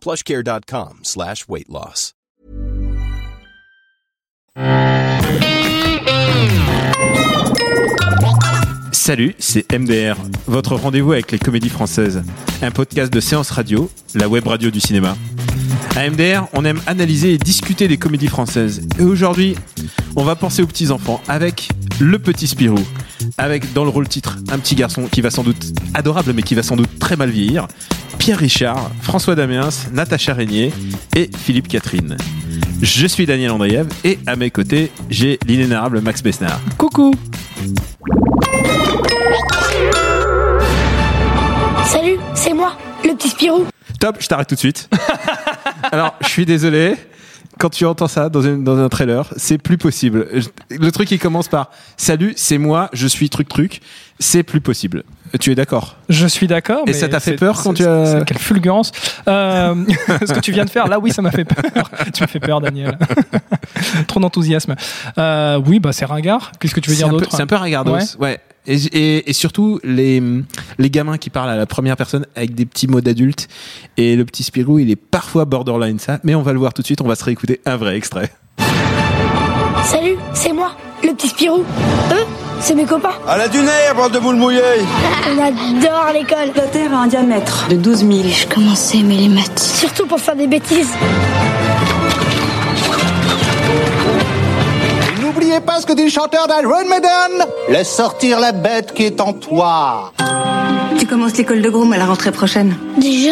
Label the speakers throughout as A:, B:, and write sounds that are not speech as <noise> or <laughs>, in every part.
A: plushcare.com slash weight loss.
B: Salut, c'est MDR, votre rendez-vous avec les comédies françaises. Un podcast de séance radio, la web radio du cinéma. À MDR, on aime analyser et discuter des comédies françaises. Et aujourd'hui, on va penser aux petits-enfants avec Le Petit Spirou. Avec, dans le rôle titre, un petit garçon qui va sans doute, adorable mais qui va sans doute très mal vieillir, Pierre Richard, François Damiens, Natacha Régnier et Philippe Catherine. Je suis Daniel Andriev et à mes côtés, j'ai l'inénarrable Max Besnard.
C: Coucou
D: Salut, c'est moi, le petit Spirou.
B: Top, je t'arrête tout de
C: <laughs>
B: suite. Alors, je suis désolé. Quand tu entends ça dans, une- dans un trailer, c'est plus possible. Je- Le truc qui commence par Salut, c'est moi, je suis truc truc, c'est plus possible. Tu es d'accord
C: Je suis d'accord.
B: Et
C: mais
B: ça t'a fait
C: c'est-
B: peur quand
C: c'est-
B: tu as-
C: c'est- Quelle fulgurance Euh, <laughs> Ce que tu viens de faire, là, oui, ça m'a fait peur. tu m'as fait peur, Daniel. <laughs> Trop d'enthousiasme. Euh, oui, bah c'est ringard. Qu'est-ce que tu veux
B: C'est
C: dire
B: un peu-
C: d'autre
B: C'est un peu regardos.
C: Ouais.
B: Ouais. Et, j- et- et surtout, les, les gamins qui parlent à la première personne avec des petits mots d'adultes. Et le petit Spirou, il est parfois borderline ça, mais on va le voir tout de suite, on va se réécouter un vrai extrait.
D: Salut, c'est moi, le petit Spirou. Eux, c'est mes copains.
E: À la Dunaire, bande de moules mouillées
D: On adore l'école,
F: La Terre a un diamètre de 12 000.
G: Je commençais à aimer les maths.
D: surtout pour faire des bêtises.
E: Et N'oubliez pas ce que dit le chanteur d'Iron Maiden Laisse sortir la bête qui est en toi
F: Tu commences l'école de Groom à la rentrée prochaine.
D: Déjà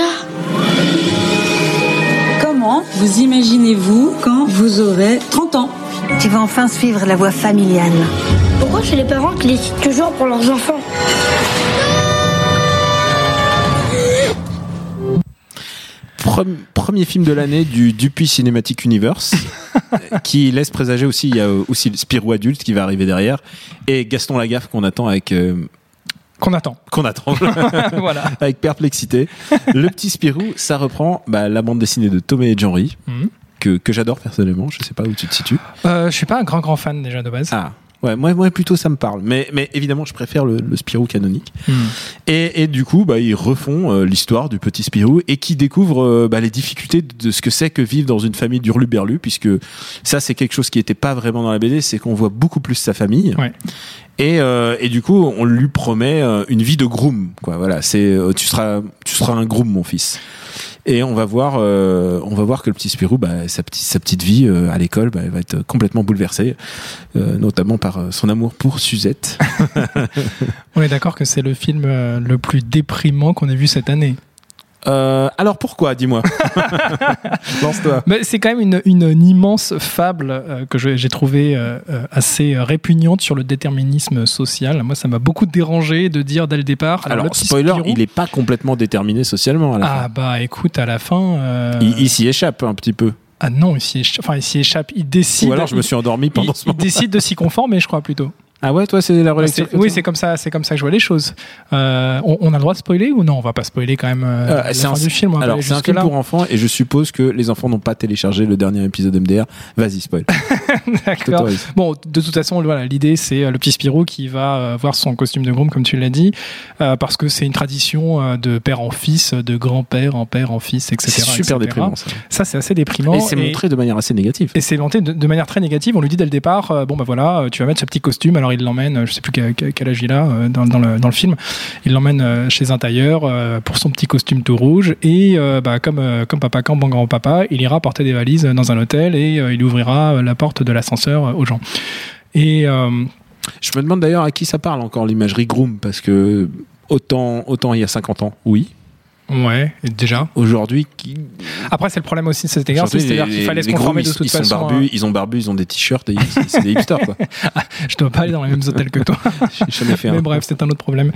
F: Comment vous imaginez-vous quand vous aurez 30 ans Tu vas enfin suivre la voie familiale.
D: Pourquoi c'est les parents qui décident toujours pour leurs enfants
B: Prem- premier film de l'année du Dupuis Cinematic Universe, qui laisse présager aussi, il y a aussi le Spirou adulte qui va arriver derrière, et Gaston Lagaffe qu'on attend avec, euh,
C: hein, Qu'on attend. <laughs>
B: qu'on attend <laughs>
C: voilà.
B: avec perplexité. Le petit Spirou, ça reprend bah, la bande dessinée de Tomé et Jean-Ry,
C: Mhm.
B: que, que j'adore personnellement, je sais pas où tu te situes.
C: Euh, je suis pas un grand grand fan déjà de base.
B: Ah, ouais, moi, moi plutôt ça me parle, mais, mais évidemment je préfère le, le Spirou canonique.
C: Hmm.
B: Et, et du coup, bah, ils refont euh, l'histoire du petit Spirou et qui découvre euh, bah, les difficultés de de ce que c'est que vivre dans une famille d'hurluberlu, puisque ça, c'est quelque chose qui n'était pas vraiment dans la BD, c'est qu'on voit beaucoup plus sa famille.
C: Ouais.
B: Et, euh, et du coup, on lui promet euh, une vie de groom. Quoi. Voilà, c'est euh, tu seras tu seras un groom, mon fils. Et on va voir euh, on va voir que le petit Spirou, bah, sa petite sa petite vie euh, à l'école, bah, elle va être complètement bouleversée, euh, notamment par euh, son amour pour Suzette.
C: On est d'accord que c'est le film euh, le plus déprimant qu'on ait vu cette année.
B: Euh, alors pourquoi, dis-moi Lance-toi.
C: Mais c'est quand même une, une- une immense fable euh, que je- j'ai trouvée euh, euh, assez euh, répugnante sur le déterminisme social. Moi, ça m'a beaucoup dérangé de dire dès le départ.
B: Alors,
C: le petit
B: spoiler,
C: Spirou-
B: il est pas complètement déterminé socialement. À la
C: Ah bah écoute, à la fin, euh,
B: fin. Il, il s'y échappe un petit peu.
C: ah non, il s'y écha- enfin, il s'y échappe, il décide.
B: Ou alors je me suis endormi
C: bah, il-
B: pendant
C: il-
B: ce
C: il
B: moment.
C: décide de s'y conformer, je crois plutôt. Bah,
B: Ah ouais, toi c'est la
C: C'est-
B: relation.
C: oui, c'est comme ça, c'est comme ça que je vois les choses. Euh, on, on a le droit de spoiler ou non On va pas spoiler quand même euh,
B: Euh,
C: la
B: c'est
C: fin
B: un-
C: du film. on va pas
B: Alors
C: aller
B: c'est un film
C: jusque-là.
B: pour enfants et je suppose que les enfants n'ont pas téléchargé le dernier épisode MDR. Vas-y
C: <laughs>
B: spoil. Je
C: D'accord.
B: t'autorise.
C: Bon, de toute façon, voilà, l'idée c'est euh, le petit Spirou qui va euh, voir son costume de groom, comme tu l'as dit, euh, parce que c'est une tradition euh, de père en fils, de grand-père en père en fils, etc.
B: C'est super
C: etc..
B: déprimant ça.
C: Ça, c'est assez déprimant.
B: Et c'est montré de manière assez négative.
C: Et c'est vanté de, de manière très négative. On lui dit dès le départ, euh, bon bah voilà, euh, tu vas mettre ce petit costume. Alors il l'emmène, euh, je sais plus quel, quel- quel âge il a euh, dans, dans le, dans le film. Il l'emmène euh, chez un tailleur euh, pour son petit costume tout rouge. Et euh, bah, comme, euh, comme papa, quand bon grand papa, il ira porter des valises dans un hôtel et euh, il ouvrira euh, la porte de l'ascenseur euh, aux gens. Et euh,
B: Je me demande d'ailleurs à qui ça parle encore l'imagerie groom parce que autant autant il y a 50 ans, oui.
C: Ouais, et déjà.
B: Aujourd'hui, qui...
C: Après, c'est le problème aussi de cet égard,
B: aujourd'hui,
C: c'est-à-dire
B: les-
C: qu'il fallait
B: les
C: se conformer
B: gros,
C: de
B: ils-
C: toute
B: ils
C: façon. hein.
B: Sont barbus, Ils ont barbus, ils ont des t-shirts, et ils- c'est des hipsters
C: <laughs>
B: quoi.
C: à- euh, Je dois pas aller dans les mêmes hôtels que toi.
B: J'ai jamais fait hein.
C: Mais
B: un.
C: bref, c'est un autre problème.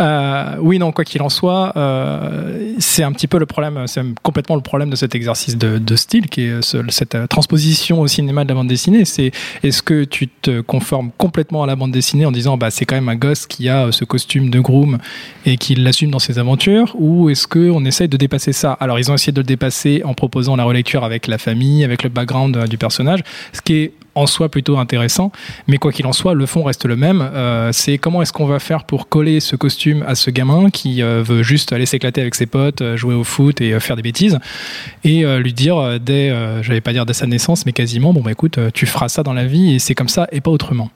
C: Euh, oui, non, quoi qu'il en soit, euh, c'est un petit peu le problème, c'est même complètement le problème de cet exercice de, de style, qui est euh, ce- cette euh, transposition au cinéma de la bande dessinée. C'est est-ce que tu te conformes complètement à la bande dessinée en disant bah c'est quand même un gosse qui a euh, ce costume de groom et qui l'assume dans ses aventures, ou est-ce que on essaye de dépasser ça Alors ils ont essayé de le dépasser en proposant la relecture avec la famille, avec le background euh, du personnage, ce qui est en soi plutôt intéressant. Mais quoi qu'il en soit, le fond reste le même. Euh, c'est comment est-ce qu'on va faire pour coller ce costume à ce gamin qui euh, veut juste aller s'éclater avec ses potes, euh, jouer au foot et euh, faire des bêtises, et euh, lui dire euh, dès, euh, j'allais pas dire dès sa naissance, mais quasiment, bon bah écoute, euh, tu feras ça dans la vie et c'est comme ça et pas autrement.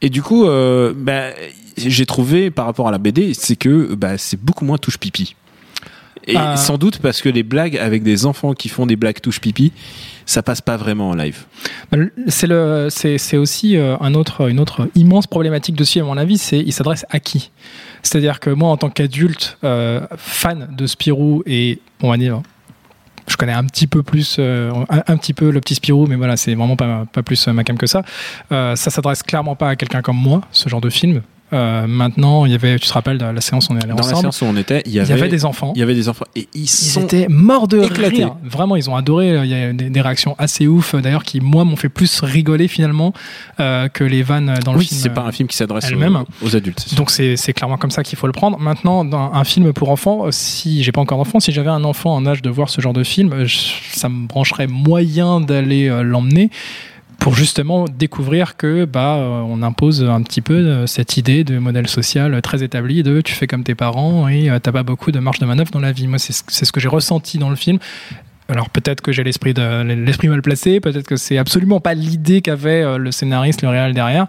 B: Et du coup, euh, bah, j'ai trouvé par rapport à la BD, c'est que bah, c'est beaucoup moins touche pipi. Et
C: Ah.
B: sans doute parce que les blagues avec des enfants qui font des blagues touche pipi, ça passe pas vraiment en live.
C: Bah, le- C'est le, c'est c'est aussi euh, un autre, une autre immense problématique de ce film, à mon avis, c'est il s'adresse à qui C'est-à-dire que moi, en tant qu'adulte, euh, fan de Spirou et on va dire. Je connais un petit peu plus, euh, un, un petit peu le petit Spirou, mais voilà, c'est vraiment pas, pas plus euh, ma cam que ça. Euh, ça s'adresse clairement pas à quelqu'un comme moi, ce genre de film. Euh, maintenant, il y avait, tu te rappelles, la séance où on est allé
B: Dans la
C: ensemble,
B: séance où on était, il y
C: il
B: avait,
C: y avait des enfants
B: il y avait des enfants et ils,
C: ils
B: sont
C: étaient morts de
B: éclatés.
C: rire. Vraiment, ils ont adoré. Il y a eu des, des réactions assez ouf, euh, d'ailleurs, qui, moi, m'ont fait plus rigoler finalement euh, que les vannes dans le
B: oui,
C: film.
B: c'est pas un film qui s'adresse
C: elle-même.
B: aux, aux adultes. c'est sûr.
C: Donc c'est c'est clairement comme ça qu'il faut le prendre. Maintenant, dans un film pour enfants, euh, si j'ai pas encore d'enfant, si j'avais un enfant en âge de voir ce genre de film, euh, je- ça me brancherait moyen d'aller euh, l'emmener pour justement découvrir que bah euh, on impose un petit peu euh, cette idée de modèle social très établi de tu fais comme tes parents et euh, t'as pas beaucoup de marge de manœuvre dans la vie. Moi, c'est ce- c'est ce que j'ai ressenti dans le film. Alors peut-être que j'ai l'esprit de l'esprit mal placé, peut-être que c'est absolument pas l'idée qu'avait euh, le scénariste, le réal derrière,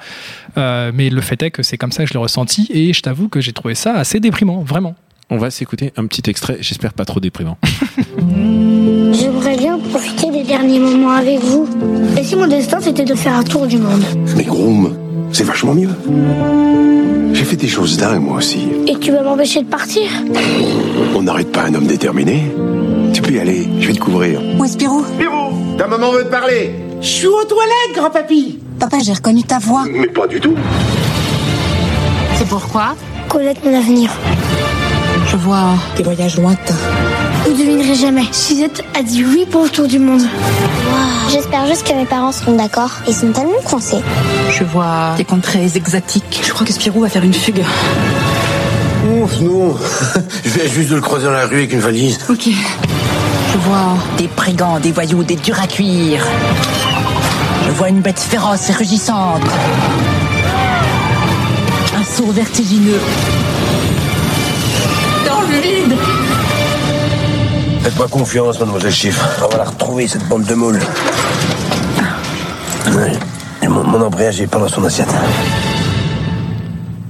C: Euh, mais le fait est que c'est comme ça que je l'ai ressenti et je t'avoue que j'ai trouvé ça assez déprimant, vraiment.
B: On va s'écouter un petit extrait, j'espère pas trop déprimant.
D: J'aimerais bien profiter des derniers moments avec vous. Et si mon destin c'était de faire un tour du monde
H: Mais Groom, c'est vachement mieux. J'ai fait des choses dingues, moi aussi.
D: Et tu vas m'empêcher de partir
H: On n'arrête pas un homme déterminé. Tu peux y aller, je vais te couvrir.
F: Où est Spirou
E: Ta maman veut te parler
F: Je suis aux toilettes, grand-papy Papa, j'ai reconnu ta voix.
H: Mais pas du tout.
I: C'est pourquoi
D: Connaître mon avenir.
I: je vois
F: Des voyages lointains.
D: Vous devinerez jamais. Suzette a dit oui pour le tour du monde. J'espère juste que mes parents seront d'accord. Ils sont tellement coincés.
I: je vois
F: Des contrées exotiques. Je crois que Spirou va faire une fugue.
H: Ouf, non. je viens juste de le croiser dans la rue avec une valise.
I: OK. Je vois
F: Des brigands, des voyous, des durs à cuire. Je vois une bête féroce et rugissante. Un saut vertigineux. Dans le vide
H: Faites pas confiance, mademoiselle Chiffre. On va la retrouver, cette bande de moules.
J: Ah.
H: Ouais. Et Mon, mon embrayage est pas dans son assiette.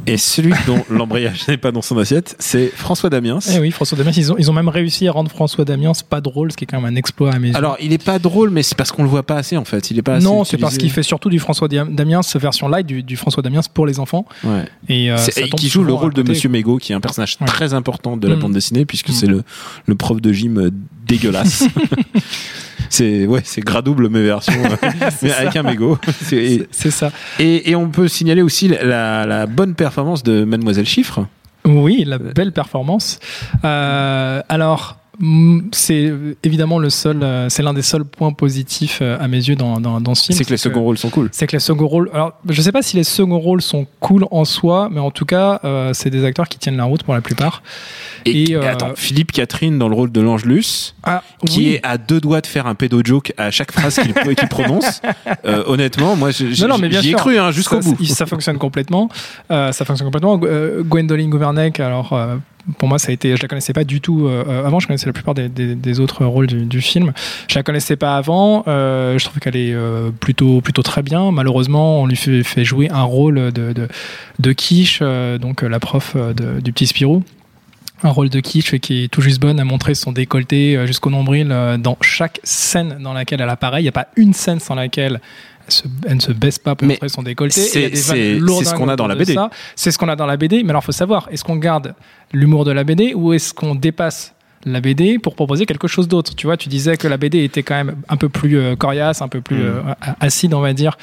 B: Et celui dont l'embrayage n'est pas dans son assiette, c'est François Damiens.
C: Eh oui, François Damiens, ils ont, ils ont même réussi à rendre François Damiens pas drôle, ce qui est quand même un exploit à mes yeux.
B: Alors, il est pas drôle, mais c'est parce qu'on le voit pas assez en fait. Il est pas. assez
C: non, c'est
B: utilisé.
C: parce qu'il fait surtout du François Diam- Damiens, version light du, du François Damiens pour les enfants.
B: Ouais.
C: Et, euh,
B: C'est-
C: ça
B: et
C: tombe
B: qui joue le
C: souvent à
B: rôle de
C: côté.
B: Monsieur Mégot, qui est un personnage
C: Ouais.
B: très important de la
C: Mm.
B: bande dessinée, puisque
C: Mm.
B: c'est le, le prof de gym euh,
C: <laughs>
B: dégueulasse. c'est ouais, c'est gras double mes versions,
C: <laughs>
B: euh, mais avec un Mégot. C'est- Et,
C: C'est- C'est ça.
B: et- et on peut signaler aussi la, la bonne performance de Mademoiselle Chiffre.
C: Oui, la belle performance. Euh, alors, mm, c'est évidemment le seul, euh, c'est l'un des seuls points positifs euh, à mes yeux dans, dans, dans ce film.
B: C'est que les seconds rôles sont cool.
C: C'est que les seconds rôles. Alors, je sais pas si les seconds rôles sont cool en soi, mais en tout cas, euh, c'est des acteurs qui tiennent la route pour la plupart.
B: Et,
C: Et,
B: et
C: euh,
B: attends, Philippe Catherine dans le rôle de l'Ange Luce,
C: Ah,
B: qui est à deux doigts de faire un pédo joke à chaque phrase qu'il qu'il
C: <laughs>
B: prononce. Euh, honnêtement, moi, je- je-
C: Non, non, mais bien
B: j'y ai
C: sûr.
B: cru hein, jusqu'au
C: ça,
B: bout.
C: Ça, ça fonctionne complètement. Euh, ça fonctionne complètement. Euh, Gwendoline Gouvernac, alors euh, pour moi, ça a été, je la connaissais pas du tout euh, euh, avant. Je connaissais la plupart des, des- des autres rôles du, du film. Je la connaissais pas avant. Euh, je trouve qu'elle est euh, plutôt, plutôt très bien. Malheureusement, on lui fait, fait jouer un rôle de, de, de quiche, euh, donc euh, la prof euh, de- du petit Spirou. Un rôle de quiche qui est tout juste bonne à montrer son décolleté euh, jusqu'au nombril euh, dans chaque scène dans laquelle elle apparaît. Il n'y a pas une scène sans laquelle elle, se- elle ne se baisse pas pour
B: Mais
C: montrer son décolleté.
B: c'est-
C: Il y a des vannes
B: c'est-
C: lourdingues
B: c'est ce qu'on a dans la
C: autour de
B: BD.
C: ça. C'est ce qu'on a dans la BD. Mais alors, faut savoir, est-ce qu'on garde l'humour de la BD ou est-ce qu'on dépasse la BD pour proposer quelque chose d'autre. Tu vois, tu disais que la BD était quand même un peu plus euh, coriace, un peu plus
B: Mm.
C: euh, a- acide, on va dire,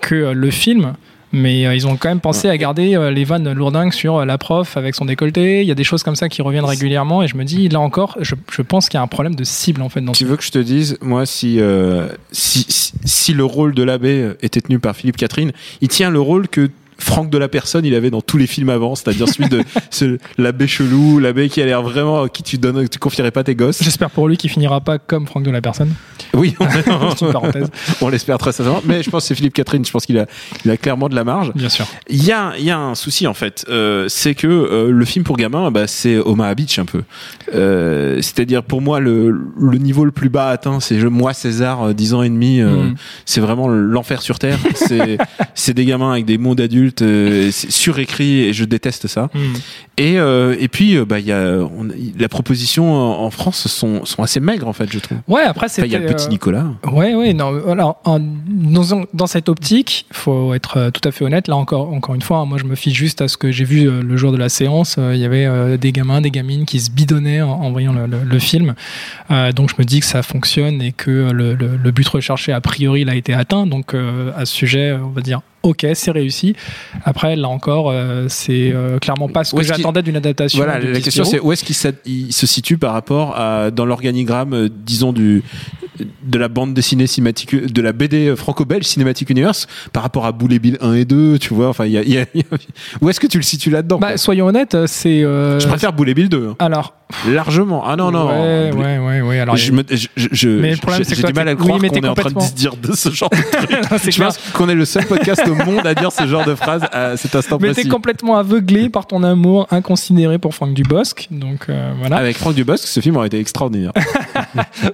C: que euh, le film. Mais euh, ils ont quand même pensé à garder euh, les vannes lourdingues sur euh, la prof avec son décolleté. Il y a des choses comme ça qui reviennent régulièrement. Et je me dis, là encore, je, je pense qu'il y a un problème de cible en fait dans ce
B: Tu veux que je te dise, moi, si, euh, si, si, si le rôle de l'abbé était tenu par Philippe Catherine, il tient le rôle que Franck de la personne, il avait dans tous les films avant, c'est-à-dire celui
C: <laughs>
B: de ce- l'abbé chelou, l'abbé qui a l'air vraiment, qui tu donnes, tu confierais pas tes gosses.
C: J'espère pour lui qu'il finira pas comme Franck de la personne.
B: <laughs>
C: <laughs>
B: Oui, on,
C: C'est une parenthèse,
B: on l'espère très sincèrement, mais je pense que c'est Philippe Catherine, je pense qu'il a, il a clairement de la marge.
C: bien sûr.
B: Il y a, il y a un souci en fait, euh, c'est que euh, le film pour gamins, bah, c'est Omaha Beach un peu. Euh, C'est-à-dire pour moi le, le niveau le plus bas atteint, c'est je- moi César, euh, 10 ans et demi, euh,
C: Mm.
B: c'est vraiment l'enfer sur terre. C'est c'est des gamins avec des mots d'adultes euh, c'est surécrits et je déteste ça.
C: Hmm.
B: Et, euh, et puis euh, bah, il y a, on- la proposition en en France sont, sont assez maigres en fait je trouve.
C: Ouais, après
B: Enfin,
C: c'était.
B: il y a le
C: euh,
B: petit Nicolas.
C: Ouais, ouais, non. Alors, en- dans, dans cette optique, faut être euh, tout à fait honnête. Là encore, encore une fois, hein, moi je me fie juste à ce que j'ai vu euh, le jour de la séance. Euh, Il y avait euh, des gamins, des gamines qui se bidonnaient en, en voyant le, le- le film. Euh, donc je me dis que ça fonctionne et que euh, le, le- le but recherché a priori il a été atteint. Donc euh, à ce sujet, on va dire. Ok, c'est réussi. Après, là encore, euh, c'est euh, clairement pas ce que
B: Où est-ce qu'il-
C: j'attendais d'une adaptation.
B: Voilà,
C: du
B: la
C: petit
B: question
C: Spirou.
B: c'est où est-ce qu'il s'ad- il se situe par rapport à dans l'organigramme, euh, disons du de la bande dessinée cinématique, de la BD franco-belge Cinematic Universe, par rapport à Boulet Bill 1 et 2, tu vois. Enfin, il y a, il y a- il y a- où est-ce que tu le situes là-dedans
C: Bah,
B: quoi
C: soyons honnêtes, c'est. euh,
B: Je préfère Boulet Bill 2, hein.
C: Alors.
B: largement. Ah non non.
C: Ouais,
B: Boulet-
C: ouais, ouais, ouais. Alors,
B: Je me- je- je- je-
C: Mais le problème, c'est
B: j'ai
C: que
B: du
C: toi,
B: mal à le
C: t'es-
B: croire
C: oui, mais
B: qu'on
C: t'es
B: est en train de
C: complètement-
B: se dire de ce genre. De...
C: <laughs> c'est
B: Je pense qu'on est le seul podcast au monde à dire ce genre de phrase à cet instant
C: Mais t'es
B: précis.
C: complètement aveuglé par ton amour inconsidéré pour Franck Dubosc. Donc euh, voilà,
B: Avec Franck Dubosc, ce film aurait été extraordinaire.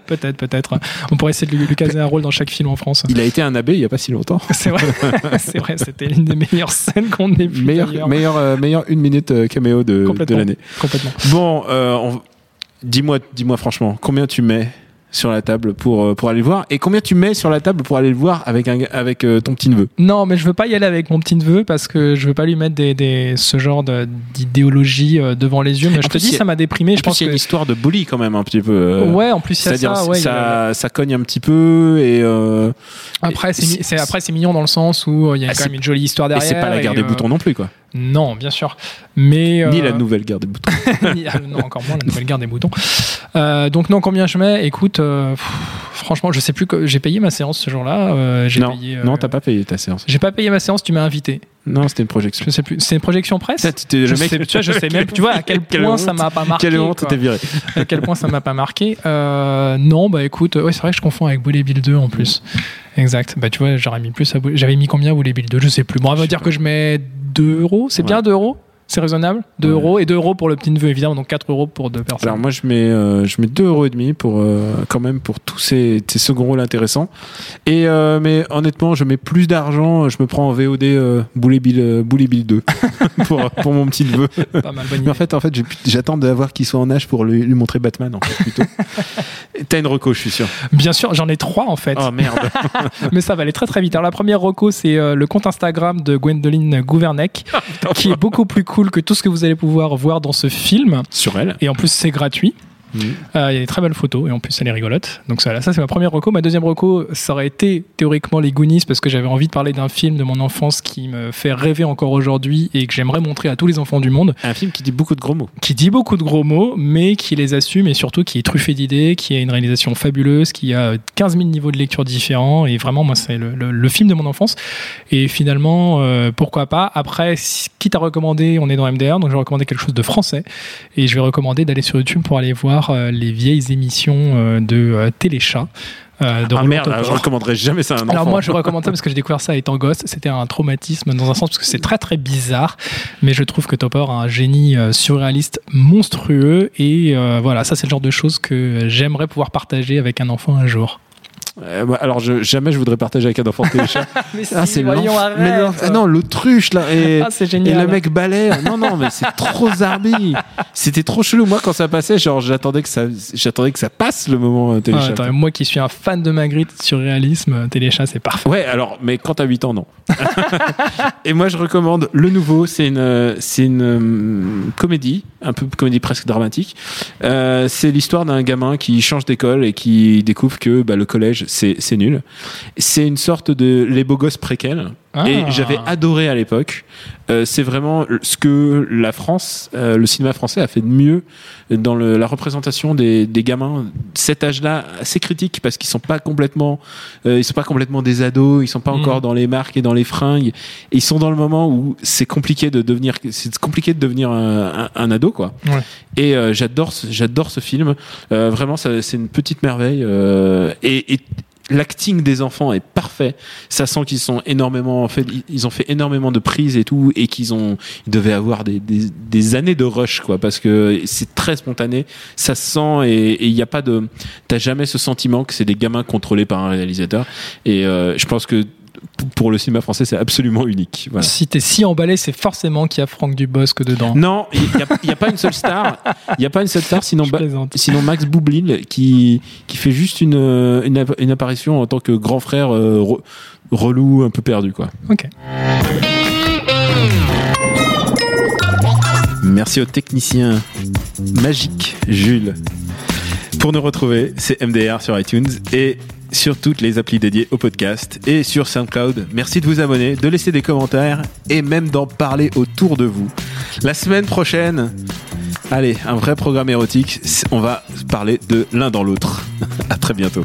C: peut-être, peut-être. On pourrait essayer de lui, lui caser un rôle dans chaque film en France.
B: Il a été un abbé il y a pas si longtemps.
C: <laughs>
B: <laughs>
C: C'est vrai, c'est vrai, c'était l'une des meilleures scènes qu'on ait vues.
B: meilleur,
C: d'ailleurs.
B: meilleur, euh, meilleur une minute euh, caméo de, de
C: complètement.
B: l'année.
C: Complètement.
B: Bon, euh, on- dis-moi, dis-moi franchement, combien tu mets sur la table pour euh, pour aller le voir et combien tu mets sur la table pour aller le voir avec un avec euh, ton petit neveu.
C: Non, mais je veux pas y aller avec mon petit neveu parce que je veux pas lui mettre des, des- ce genre de- d'idéologie euh, devant les yeux. Mais je te
B: plus,
C: dis,
B: il y a-
C: ça m'a déprimé. Je pense
B: qu'il y a
C: que
B: une histoire de bully quand même un petit peu. euh,
C: ouais, en plus il y a
B: C'est-à-dire
C: ça. ouais, il y
B: ça,
C: a-
B: ça cogne un petit peu et, euh,
C: Après, c'est
B: c'est-
C: mi- c'est après c'est mignon dans le sens où euh, il y a
B: Ah,
C: quand
B: c'est-
C: même une jolie histoire
B: et
C: derrière.
B: c'est pas la guerre
C: et,
B: des
C: euh,
B: boutons non plus quoi.
C: Non, bien sûr. Mais
B: Ni
C: euh,
B: la nouvelle guerre des boutons.
C: Ni- ah, non, encore moins la nouvelle guerre des moutons. Euh, donc non, combien je mets Écoute, euh, pff, franchement, je sais plus. que- J'ai payé ma séance ce jour-là. euh, <laughs> j'ai
B: Non,
C: payé, euh,
B: non, t'as pas payé ta séance.
C: J'ai pas payé ma séance. Tu m'as invité.
B: Non, c'était une projection.
C: Je sais plus. C'est une projection presse.
B: Ça, tu t'es-
C: Je
B: le mec-
C: sais, tu vois, je sais
B: <laughs>
C: même. Tu vois à quel
B: Quelle
C: point
B: honte.
C: ça m'a pas marqué.
B: Quelle honte,
C: quoi.
B: t'es viré.
C: à quel point ça m'a pas marqué. Euh, non, bah écoute, euh, ouais, c'est vrai que je confonds avec Bullet Bill 2 en plus. Exact. Bah tu vois, j'aurais mis plus. à Bullet- J'avais mis combien à Bullet Bill 2 Je sais plus. Bon, on
B: Je
C: va
B: sais
C: dire
B: pas.
C: que je mets 2 euros. C'est bien 2 euros. C'est raisonnable 2
B: Ouais.
C: euros et 2 euros pour le petit neveu évidemment donc 4 euros pour deux personnes.
B: Alors moi je mets euh, je mets deux euros et demi pour euh, quand même pour tous ces, ces seconds rôles intéressants et euh, mais honnêtement je mets plus d'argent je me prends en VOD euh, Boulet Bill euh, Boulet Bill 2 <laughs> pour pour mon petit neveu
C: pas mal bonne
B: mais en
C: idée.
B: fait en fait j'ai pu- j'attends d'avoir qu'il soit en âge pour lui, lui montrer Batman en fait plutôt Et <laughs> t'as une reco je suis sûr
C: Bien sûr, j'en ai trois en fait,
B: oh <laughs> merde
C: mais ça va aller très très vite. Alors la première reco, c'est euh, le compte Instagram de Gwendoline Gouvernec, qui est beaucoup plus cool que tout ce que vous allez pouvoir voir dans ce film.
B: sur elle
C: Et en plus, c'est gratuit. Euh, Il y a des très belles photos et en plus elle est rigolote. Donc ça, ça c'est ma première reco. Ma deuxième reco, ça aurait été théoriquement les Goonies parce que j'avais envie de parler d'un film de mon enfance qui me fait rêver encore aujourd'hui et que j'aimerais montrer à tous les enfants du monde,
B: un film qui dit beaucoup de gros mots
C: qui dit beaucoup de gros mots mais qui les assume et surtout qui est truffé d'idées, qui a une réalisation fabuleuse, qui a 15 000 niveaux de lecture différents et vraiment moi c'est le, le- le film de mon enfance. Et finalement, euh, pourquoi pas Après, si- quitte à recommander, on est dans MDR donc je vais recommander quelque chose de français. Et je vais recommander d'aller sur YouTube pour aller voir euh, les vieilles émissions euh, de euh, Téléchat. euh, de
B: ah
C: Roland
B: merde
C: Topor.
B: je recommanderais jamais ça à un enfant
C: Alors moi je recommande ça parce que j'ai découvert ça étant gosse, c'était un traumatisme dans un sens parce que c'est très très bizarre, mais je trouve que Topor a un génie euh, surréaliste
K: Ah,
C: monstrueux et euh, voilà ça c'est le genre de choses que j'aimerais pouvoir partager avec un enfant un jour.
B: Euh, bah, alors, je- jamais je voudrais partager avec un <laughs> enfant Téléchat. ah, c'est
K: voyons,
B: l'enf-
K: arrête.
B: mais l'enf- ah non, l'autruche, là. Et,
K: Ah, c'est
B: et
K: génial.
B: le mec balère. Non, non, mais c'est trop zarbi. C'était trop chelou. Moi, quand ça passait, genre, j'attendais que ça, j'attendais que ça passe le moment euh,
C: Ah,
B: Téléchat.
C: attends, moi qui suis un fan de Magritte sur réalisme, euh, Téléchat, c'est parfait.
B: Ouais, alors, mais quand t'as 8 ans, non. <laughs> et moi, je recommande le nouveau. C'est une, euh, c'est une euh, comédie, un peu comédie presque dramatique. Euh, c'est l'histoire d'un gamin qui change d'école et qui découvre que bah, le collège, c'est c'est nul. C'est une sorte de les beaux gosses préquels.
C: Ah.
B: Et j'avais adoré à l'époque. Euh, c'est vraiment ce que la France, euh, le cinéma français a fait de mieux dans le- la représentation des, des gamins de cet âge-là, assez critique parce qu'ils sont pas complètement, euh, ils sont pas complètement des ados, ils sont pas
C: Mhm.
B: encore dans les marques et dans les fringues. Et ils sont dans le moment où c'est compliqué de devenir, c'est compliqué de devenir un, un- un ado quoi.
C: Ouais.
B: Et euh, j'adore, ce- j'adore ce film. Euh, vraiment, ça- c'est une petite merveille. euh, et, et l'acting des enfants est parfait. Ça sent qu'ils sont énormément, en fait, ils ont fait énormément de prises et tout, et qu'ils ont, ils devaient avoir des, des, des années de rush, quoi, parce que c'est très spontané. Ça se sent et et il n'y a pas de, t'as jamais ce sentiment que c'est des gamins contrôlés par un réalisateur. Et euh, je pense que p- pour le cinéma français, c'est absolument unique. Voilà.
C: Si t'es si emballé, c'est forcément qu'il y a Franck Dubosc dedans.
B: Non, il n'y a, il y a pas une seule star. Il n'y a pas une seule star, sinon
C: Je
B: ba-
C: plaisante.
B: Sinon Max Boublil qui qui fait juste une euh, une, app- une apparition en tant que grand frère euh, re- relou un peu perdu quoi.
C: Ok.
B: Merci au technicien magique Jules. Pour nous retrouver, c'est MDR sur iTunes et sur toutes les applis dédiées au podcast et sur SoundCloud. Merci de vous abonner, de laisser des commentaires et même d'en parler autour de vous. La semaine prochaine, allez, un vrai programme érotique, on va parler de l'un dans l'autre. <laughs> À très bientôt.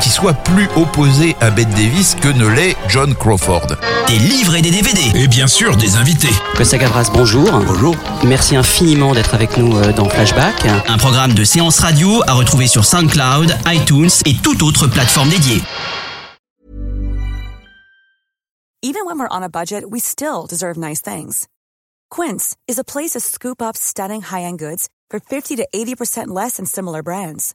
L: qui soit plus opposée à Bette Davis que ne l'est John Crawford.
J: Des livres et des DVD.
L: Et bien sûr, des invités.
J: Costa Gavras, bonjour. Bonjour. Merci infiniment d'être avec nous euh, dans Flashback. Un programme de séance radio à retrouver sur SoundCloud, iTunes et toute autre plateforme dédiée.
M: Even when we're on a budget, we still deserve nice things. Quince is a place to scoop up stunning high-end goods for 50 to 80% less than similar brands.